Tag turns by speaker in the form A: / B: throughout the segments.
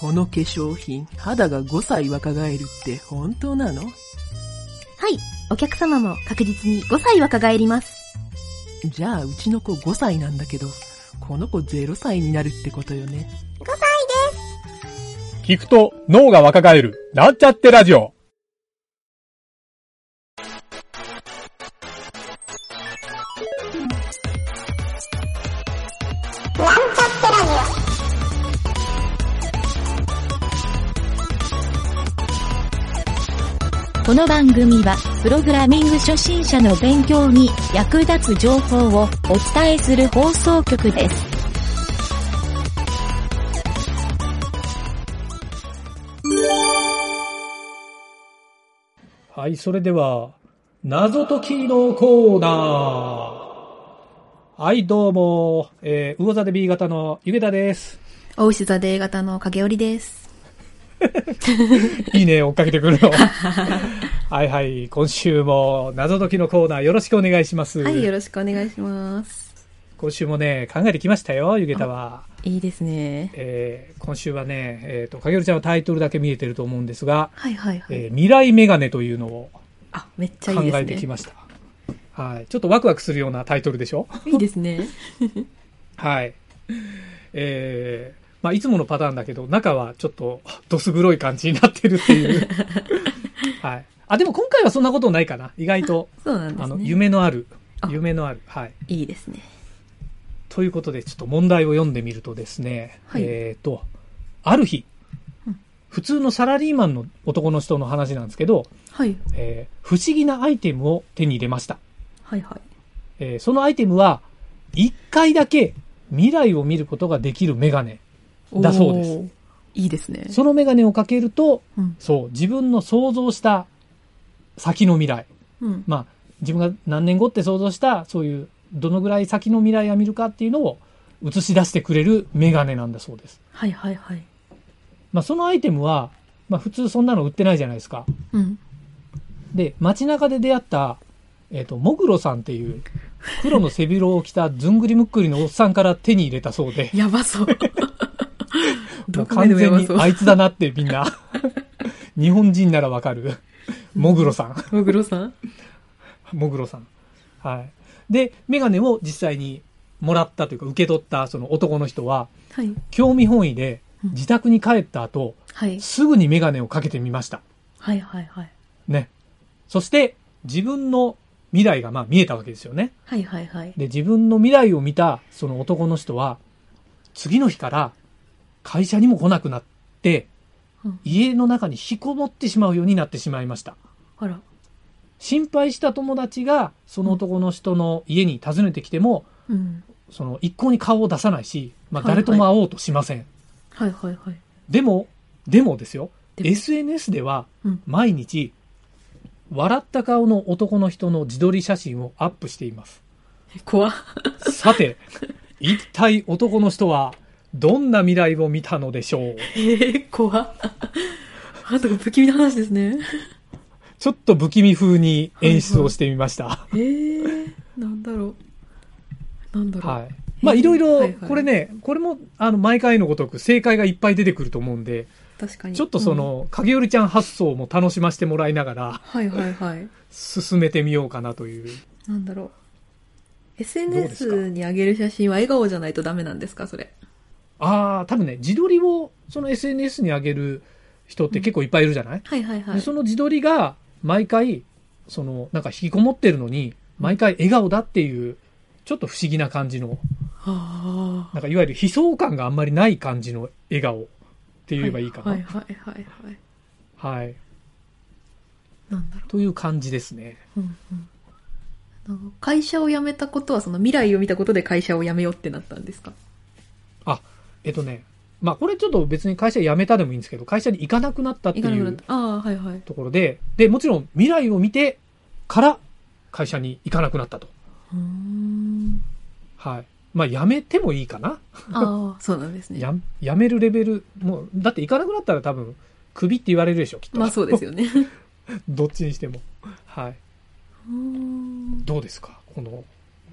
A: この化粧品、肌が5歳若返るって本当なの
B: はい、お客様も確実に5歳若返ります。
A: じゃあ、うちの子5歳なんだけど、この子0歳になるってことよね。
C: 聞くと脳が若返る、なっちゃってラジオ。
D: この番組は、プログラミング初心者の勉強に役立つ情報をお伝えする放送局です。
C: はい、それでは、謎解きのコーナー。はい、どうも、えー、魚座で B 型のゆげたです。
B: おうし座で A 型の影織です。
C: いいね、追っかけてくる の。はいはい、今週も謎解きのコーナーよろしくお願いします。
B: はい、よろしくお願いします。
C: 今週もね、考えてきましたよ、ゆげたは。
B: いいですね。
C: えー、今週はね、えっ、と、かげるちゃんはタイトルだけ見えてると思うんですが、
B: はいはいはい。
C: えー未来メガネというのを
B: あ、めっちゃい
C: 考
B: い
C: え
B: で
C: て
B: す
C: き
B: ね。
C: ました。はい、ちょっとワクワクするようなタイトルでしょ
B: いいですね。
C: はい。えー、まあ、いつものパターンだけど、中はちょっとどす黒い感じになってるっ ていう。はい。あ、でも今回はそんなことないかな。意外と、
B: そうなんで
C: あ
B: す
C: の、
B: ね。
C: 夢のある
B: あ、
C: 夢のある。はい。
B: いいですね。
C: ということで、ちょっと問題を読んでみるとですね、
B: はい
C: えっ、と、ある日、普通のサラリーマンの男の人の話なんですけど、
B: はい、
C: えー不思議なアイテムを手に入れました。
B: はいはい。
C: えーそのアイテムは、一回だけ未来を見ることができるメガネ。 だそうです
B: おー。いいですね。
C: そのメガネをかけると、
B: うん
C: そう、自分の想像した先の未来。
B: うん。
C: まあ、自分が何年後って想像した、そういう、どのぐらい先の未来が見るかっていうのを映し出してくれるメガネなんだそうです。
B: はいはいはい。
C: まあ、そのアイテムは、まあ、普通そんなの売ってないじゃないですか。
B: うん。
C: で、街中で出会った、えっ、と、もぐろさんっていう、黒の背広を着たずんぐりむっくりのおっさんから手に入れたそうで、
B: や ばそう。
C: もう
B: どこま
C: 完
B: でもや
C: 全
B: ば
C: に
B: そう
C: あ。いつだなってみんな、 日本人ならわかる、もぐろさん。
B: もぐろさん
C: もぐろさん。はい。で、メガネを実際にもらったというか、受け取ったその男の人は、
B: はい。
C: 興味本位で
B: うん
C: 自宅に帰った後、
B: はい。
C: すぐにメガネをかけてみました。
B: はいはいはい。
C: ね。そして、自分の未来がまあ見えたわけですよね。
B: はいはいはい。
C: で、自分の未来を見たその男の人は、次の日から会社にも来なくなって
B: うん、
C: 家の中に引きこもってしまうようになってしまいました。
B: あら。
C: 心配した友達がその男の人の家に訪ねてきても、
B: うん。
C: その一向に顔を出さないし、まあ、
B: はいは
C: 誰
B: い
C: とも会おうとしません、
B: はいはいはい。
C: でもでもですよ
B: でも
C: SNS では
B: うん
C: 毎日、笑った顔の男の人の自撮り写真をアップしています
B: 怖っ
C: さて一体男の人はどんな未来を見たのでしょう
B: えー、怖っ あなたが不気味な話ですね。
C: ちょっと不気味風に演出をしてみました、
B: えー、なんだろう。なんだろう。
C: はい。まあいろい
B: は
C: ろ
B: いはい、
C: これね、これも、あの、毎回のごとく正解がいっぱい出てくると思うんで、
B: 確かに。
C: ちょっとそ
B: うん、
C: の、影織ちゃん発想も楽しませてもらいながら、
B: はいはいはい。
C: 進めてみようかなという。
B: なんだろう。
C: どうですか
B: SNS に上げる写真は笑顔じゃないとダメなんですかそれ。
C: ああ、多分ね、自撮りを、その SNS に上げる人って結構いっぱいいるじゃない、
B: はいはいは
C: で
B: い。
C: その自撮りが、毎回、その、なんか引きこもってるのに、毎回笑顔だっていう、ちょっと不思議な感じの、
B: あ
C: なんかいわゆる悲壮感があんまりない感じの笑顔って
B: あ。
C: 言えばいいか
B: は
C: な。はいい。
B: はいはいはい。なんだろ
C: という感じですね。
B: う。うんうんあの会社を辞めたことは、その未来を見たことで会社を辞めようってなったんですか
C: えっとね、まあこれちょっと別に会社辞めたでもいいんですけど、会社に行かなくなったって
B: 行かないくなっ
C: う
B: た。ああ、はいはい。
C: ところで、で、もちろん未来を見てから会社に行かなくなったと。
B: うーん。
C: はい。まあ辞めてもいいかな。
B: ああ、そうなんですね。
C: や辞めるレベル、もう、だって行かなくなったら多分、クビって言われるでしょ、きっと。
B: まあそうです
C: よ。
B: よね。
C: どっちにしても。はい。
B: うーん
C: どうですかこの、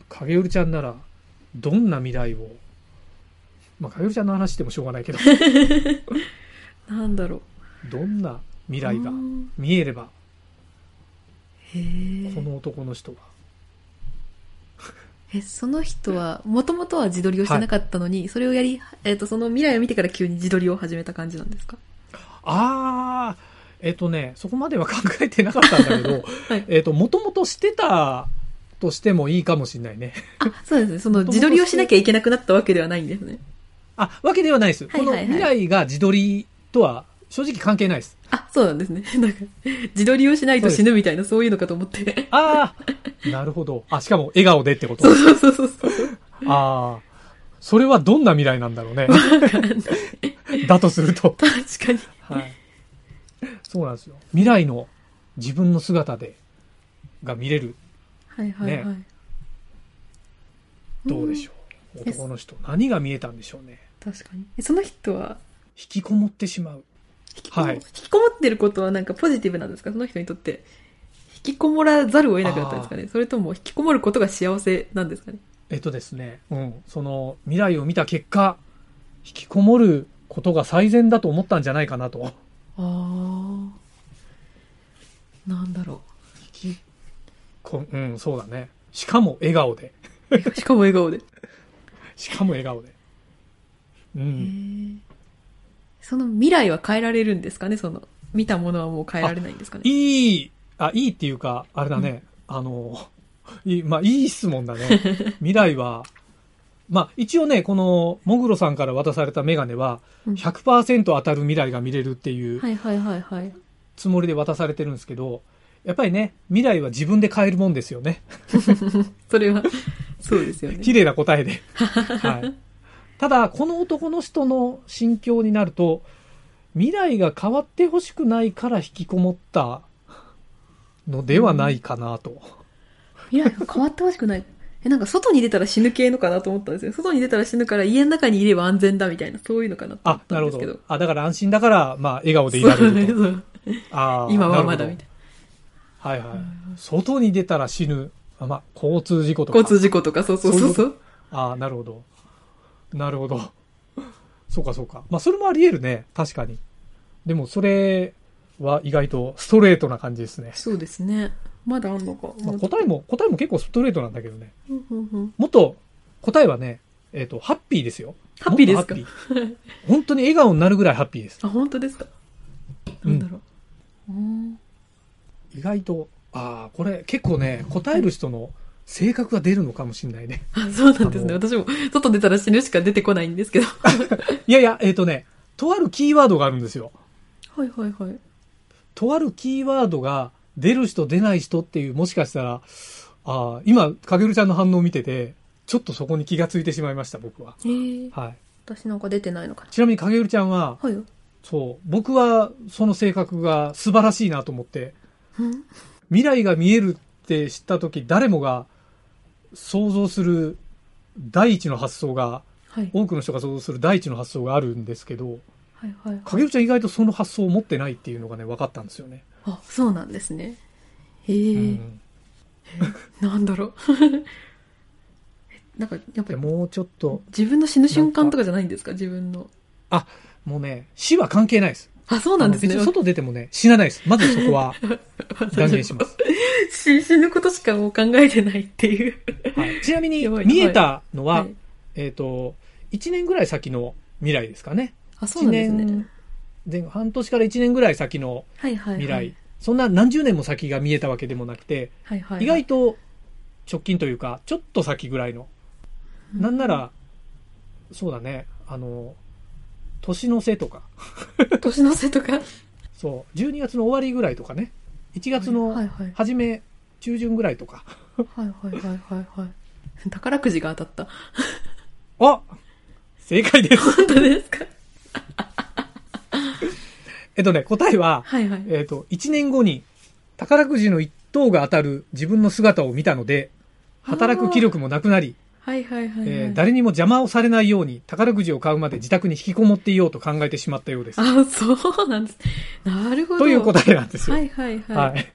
C: 影よりちゃんなら、 どんな未来を、まあ、影よりちゃんの話してもしょうがないけど、
B: なんだろう。
C: どんな未来が
B: あー
C: 見えれば
B: へー
C: この男の人が
B: え、その人は、もともとは自撮りをしてなかったのに、それをやり、えっ、と、その未来を見てから急に自撮りを始めた感じなんですか
C: ああえっ、とねそこまでは考えてなかったんだけど、
B: はい
C: えっともともとしてたとしてもいいかもしれないね
B: あ、そうですね。その自撮りをしなきゃいけなくなったわけではないんですね。
C: あわけではないです、
B: はいはいはい
C: この未来が自撮りとは正直関係ないです
B: あ、そうなんですね。 なんか、自撮りをしないと死ぬみたいな、そういうのかと思って。
C: ああ なるほどあしかも笑顔でってこと
B: そうそうそうそうそう。
C: ああそれはどんな未来なんだろうねだとすると
B: 確かに。
C: はい。そうなんですよ。未来の自分の姿で、が見れる。
B: はいはいはい。
C: どうでしょう。
B: ん
C: 男の人。何が見えたんでしょうね。
B: 確かに。えその人は、
C: 引きこもってしまう。はい
B: 引きこもってることはなんかポジティブなんですかその人にとって。引きこもらざるを得なくなったんですかねそれとも引きこもることが幸せなんですかね
C: えっとですね。うん。その、未来を見た結果、引きこもることが最善だと思ったんじゃないかなと。
B: ああ。なんだろ
C: 引き、こうん、そうだね。しかも笑顔で。
B: う。しかも笑顔で。
C: しかも笑顔で。うん。
B: その未来は変えられるんですかねその、見たものはもう変えられないんですかね
C: いい、あ、いいっていうか、あれだね、あの、いい、まあ、いい質問だね。未来は、まあ、一応ね、この、もぐろさんから渡されたメガネは、
B: うん
C: 100%当たる未来が見れるっていう
B: はいはいはいはい。
C: つもりで渡されてるんですけど、やっぱりね、未来は自分で変えるもんですよね。
B: それは、そうですよね。
C: 綺麗な答え で。はい。ただ、この男の人の心境になると、未来が変わってほしくないから引きこもったのではないかなと。
B: 未来が変わってほしくない。え、なんか外に出たら死ぬ系のかなと思ったんですよ。外に出たら死ぬから家の中にいれば安全だみたいな、そういうのかなと思
C: あ
B: っ、た
C: なる
B: ん
C: ほ
B: ですけど。
C: ど。あ、だから安心だから、まあ、笑顔でいられると。
B: そうそう
C: あ ー
B: 今はまだ
C: なる
B: みたい
C: ほどはいはい。外に出たら死ぬ。あまあ、交通事故
B: な。
C: とか。
B: 交通事故とか、そうそうそう
C: そ
B: そうう。
C: ああ、なるほど。なるほど。そうかそうか。まあ、それもあり得るね。確かに。でも、それは意外とストレートな感じですね。
B: そうですね。まだあんのか。
C: まあ、答えも、答えも結構ストレートなんだけどね。
B: うんうんうん
C: もっと、答えはね、えっ、と、ハッピーですよ。
B: ハッピーですか
C: もっとハッピー 本当に笑顔になるぐらいハッピーです。
B: あ、本当ですか。なんだろう。うん
C: 意外とああこれ結構ね答える人の性格が出るのかもしれな いね
B: あそうなんですね。
C: あの
B: 私も、外出たら死ぬしか出てこないんですけど。
C: いやいやえっ、とねとあるキーワードがあるんですよ
B: はいはいはい。
C: とあるキーワードが出る人出ない人っていうもしかしたらああ今かげるちゃんの反応を見ててちょっとそこに気がついてしまいました僕は、
B: へえ。
C: はい、
B: 私なんか出てないのかな。
C: ちなみにかげるちゃんは
B: はいよ。
C: そう僕はその性格が素晴らしいなと思って
B: うん
C: 未来が見えるって知った時誰もが想像する第一の発想が
B: はい。
C: 多くの人が想像する第一の発想があるんですけど
B: はいはい。
C: 影るちゃん意外とその発想を持ってないっていうのがね分かったんですよね、
B: あ、そうなんですね。へ
C: う
B: え。
C: ん、
B: なんだろう。 えなんか、やっぱ
C: で
B: り、
C: もうちょっと
B: 自分の死ぬ瞬間とかじゃないんですか自分の。
C: もうね死は関係ないです
B: あ、そうなんです
C: あ
B: ね
C: の別に。外出てもね死なないですまずそこは断言します、
B: 死死ぬことしかもう考えてないっていう。
C: はい、ちなみに
B: やばい
C: 見えたのは、
B: はい
C: えっ、と1年ぐらい先の未来ですかね
B: あ、そうなんです
C: 一
B: ね
C: 年。前後半年から1年ぐらい先の
B: はいはい、はい。
C: 未来、。そんな何十年も先が見えたわけでもなくて、
B: はいはい、
C: 意外と直近というかちょっと先ぐらいの、
B: うん
C: なんならそうだねあの年の瀬とか
B: 年の瀬とか。
C: そう12月の終わりぐらいとかね1月
B: はい
C: の
B: はい。
C: 初め中旬ぐらいとか、
B: はいはいはいはいはい。 宝くじが当たった。
C: あ正解です
B: 本当ですか
C: えっとね答えは、
B: はいはい。
C: えっと1年後に宝くじの一等が当たる自分の姿を見たので働く気力もなくなり、
B: はいはいはいはい。
C: えー誰にも邪魔をされないように宝くじを買うまで自宅に引きこもっていようと考えてしまったようです
B: あ、そうなんです。なるほど。
C: という答えなんですよ
B: はいはいはい。
C: はい。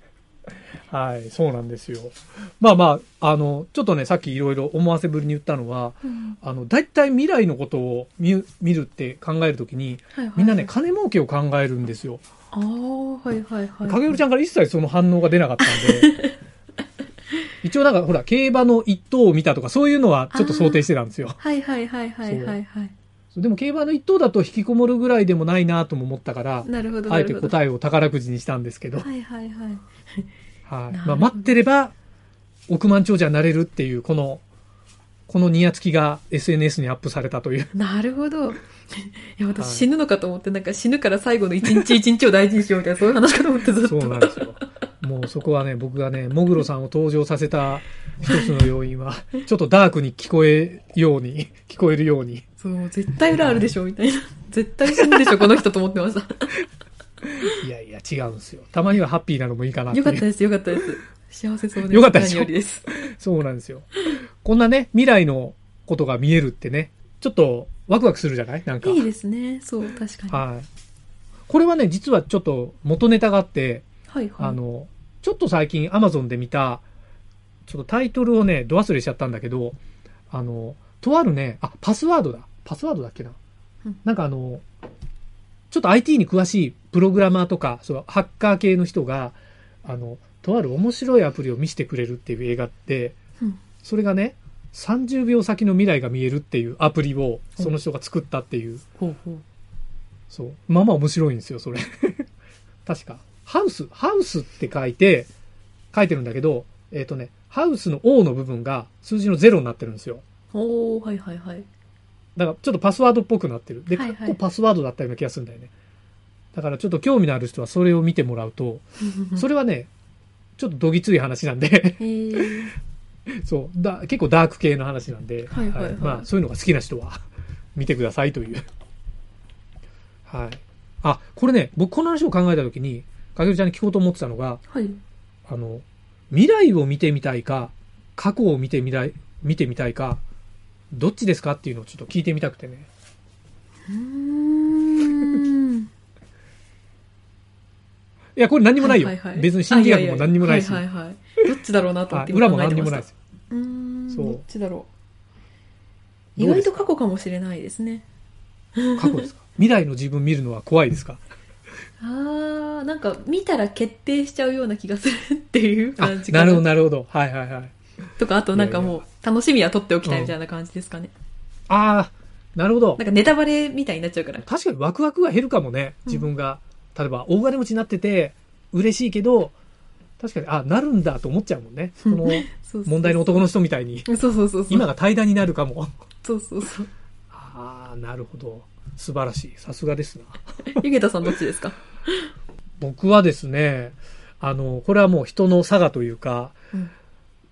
C: はい、そうなんですよ。まあまあ、あの、ちょっとね、さっきいろいろ思わせぶりに言ったのは、
B: うん
C: あの、大体未来のことを見見るって考えるときに、
B: はいはい
C: みんなね、金儲けを考えるんですよ。
B: ああ、はいはいはい。
C: 影るち
B: ゃん。
C: ゃんから一切その反応が出なかったん で、一応なんかほら、競馬の一等を見たとか、そういうのはちょっと想定してたんですよ。
B: はいはいはいはいはいはい。
C: でも競馬の一等だと引きこもるぐらいでもないなとも思ったから、
B: なるほど。
C: あ
B: な
C: え
B: る
C: て
B: ほど
C: 答えを宝くじにしたんですけど、はい。
B: はいはいはい。なるほ
C: ま
B: ど
C: あ、待ってれば、億万長者になれるっていう、この、このニヤつきが SNS にアップされた という。
B: なるほ ど。いや、私
C: はい
B: 死ぬのかと思って、なんか死ぬから最後の一日一日を大事にしようみたいな、そういう話かと思ってずっ
C: そう
B: と。
C: なんですよ。もうそこはね、僕がね、もぐろさんを登場させた一つの要因は、ちょっとダークに聞こえように、聞こえるように。
B: そう、絶対裏あるでしょ、みたいな。絶対死ぬでしょ、この人と思ってま した。
C: いやいや、違うんですよ。たまにはハッピーなのもいいかなって
B: よ
C: いう。
B: かったです、よかったです。幸せそうで。
C: よかったでしょ
B: 何よりです。
C: そうなんですよ。こんなね、未来のことが見えるってね、ちょっとワクワクするじゃないなんか。
B: いいですね。そう、確かに。
C: はい。これはね、実はちょっと元ネタがあって、
B: はい
C: あ
B: はい。
C: の、ちょっと最近 Amazon で見た、ちょっとタイトルをね、ど忘れしちゃったんだけど、あの、とあるね、あ、パスワードだ。パスワードだっけな
B: うん。
C: なんかあの、ちょっと IT に詳しいプログラマーとか、そう、ハッカー系の人が、あの、とある面白いアプリを見せてくれるっていう映画って、
B: うん
C: それがね、30秒先の未来が見えるっていうアプリをその人が作ったっていう、
B: ほうほう。
C: そう。まあまあ面白いんですよ、それ。確か。ハウス、ハウスって書いて、書いてるんだけど、えっ、とね、ハウスの O の部分が数字の0になってるんですよ。
B: おー、はいはいはい。
C: だからちょっとパスワードっぽくなってる。で、
B: はいはい
C: かっこパスワードだったような気がするんだよね。だからちょっと興味のある人はそれを見てもら うと、それはね、ちょっとどぎつい話なんで、
B: えー、
C: そうだ、結構ダーク系の話なんで、
B: はいはいはい
C: まあそういうのが好きな人は 見てくださいという。はい。あ、これね、僕この話を考えたときに、かけるちゃんに聞こうと思ってたのが、
B: はい。
C: あの、未来を見てみたいか、過去を見てみたい、見てみたいか、どっちですかっていうのをちょっと聞いてみたくてね。
B: うーん。
C: いや、これ何にもないよ。
B: ははは
C: 別に心理学も何にもないし、
B: あやややはいはいはい。どっちだろうなと思っ
C: は
B: て。
C: い裏も何にもないですす。
B: うーん。
C: そう
B: どっちだろう。意
C: どうで
B: 外と
C: すか
B: 過去かもしれないですね。
C: 過去ですか未来の自分見るのは怖いで すか
B: あー、なんか見たら決定しちゃうような気がするっていう
C: あ
B: 感じ、か
C: なるほど、なるほど。はいはいはい。
B: とか、あとなんか
C: い
B: も
C: や
B: う、楽しみは取っておきたいみたいな感じですかね。
C: ああ、なるほど
B: なん。かネタバレみたいになっちゃうから。
C: 確かにワクワクが減るかもね。自分が、例えば大金持ちになってて、嬉しいけど、確かに、あ、なるんだと思っちゃうもん ね。その
B: そうそうそう
C: 問題の男の人みたいに、
B: そうそうそうそう。
C: 今が対談になるかも。
B: そうそうそう。
C: ああ、なるほど。素晴らしい。さすがですな。
B: ゆげたさんどっちですか
C: 僕はですね、あの、これはもう人の差がというか、
B: うん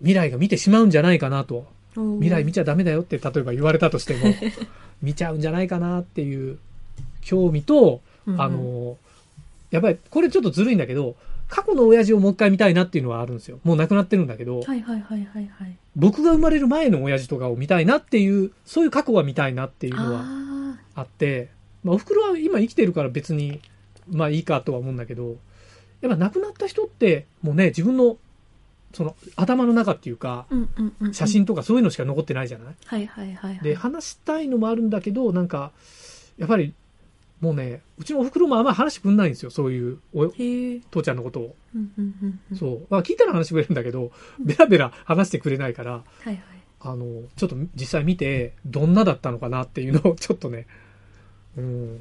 C: 未来が見てしまうんじゃないかなと。未来見
B: ち
C: ちゃダメだよって例えば言われたとし ても、見ちゃうんじゃないかなっていう興味と、あ、の、やっぱりこれちょっとずるいんだけど、過去の親父をもう一回見たいなっていうのはあるんですよ。もう亡くなってるんだけど、
B: はいはいはいはいはい。
C: 僕が生まれる前の親父とかを見たいなっていう、そういう過去は見たいなっていうのは
B: あ
C: あって、まあ、おふくろは今生きてるから別に、まあいいかとは思うんだけど、やっぱ亡くなった人って、もうね、自分の、その頭の中っていうか
B: あ、、うんうんうん。
C: 写。真とかそういうのしか残ってないじゃない
B: はいはいはいはい。
C: で、話したいのもあるんだけど、なんか、やっぱり、もうね、うちのおふくろもあんまり話してくんないんですよ、そういう、お
B: へえ。
C: 父ちゃんのことを。
B: うんうんうんうん。
C: そう。まあ、聞いたら話してくれるんだけど、ベラベラ話してくれないから、
B: はいはい。
C: あの、ちょっと実際見て、どんなだったのかなっていうのを ちょっとね、うん、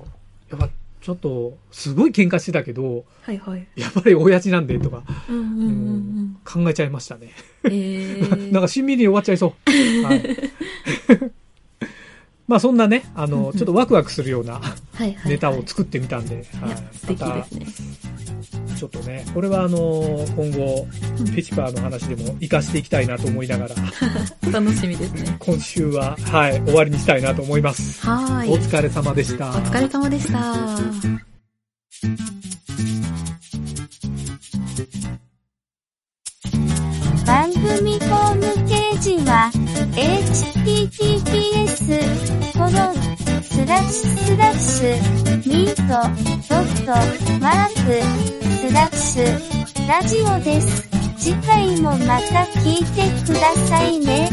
C: やっぱちょっと、すごい喧嘩してたけど、
B: はいはい。
C: やっぱり親父なんでとか
B: うんうんうんうん。
C: 考えちゃいましたね。
B: えー
C: なんかしんみり終わっちゃいそう。はい、 まあそんなね、あ
B: うんう
C: の、
B: ん
C: ちょっとワクワクするような
B: はいはい。
C: ネタを作ってみたんで、
B: い
C: は
B: や、素敵で
C: ます
B: ね。
C: たちょっとね、これはあの、今
B: う
C: 後、
B: ん
C: フェチパーの話でも活かしていきたいなと思いながら、
B: 楽しみですね。
C: 今週は、はい、終わりにしたいなと思います。
B: はー
C: お
B: い。
C: 疲れ様でした。
B: お疲れ様でした。
E: 番組ホームページは、https, コロン、スラッシュスラッシュ、ミート、ドット、マーク、スラッシュ、ラジオです。次回もまた聞いてくださいね。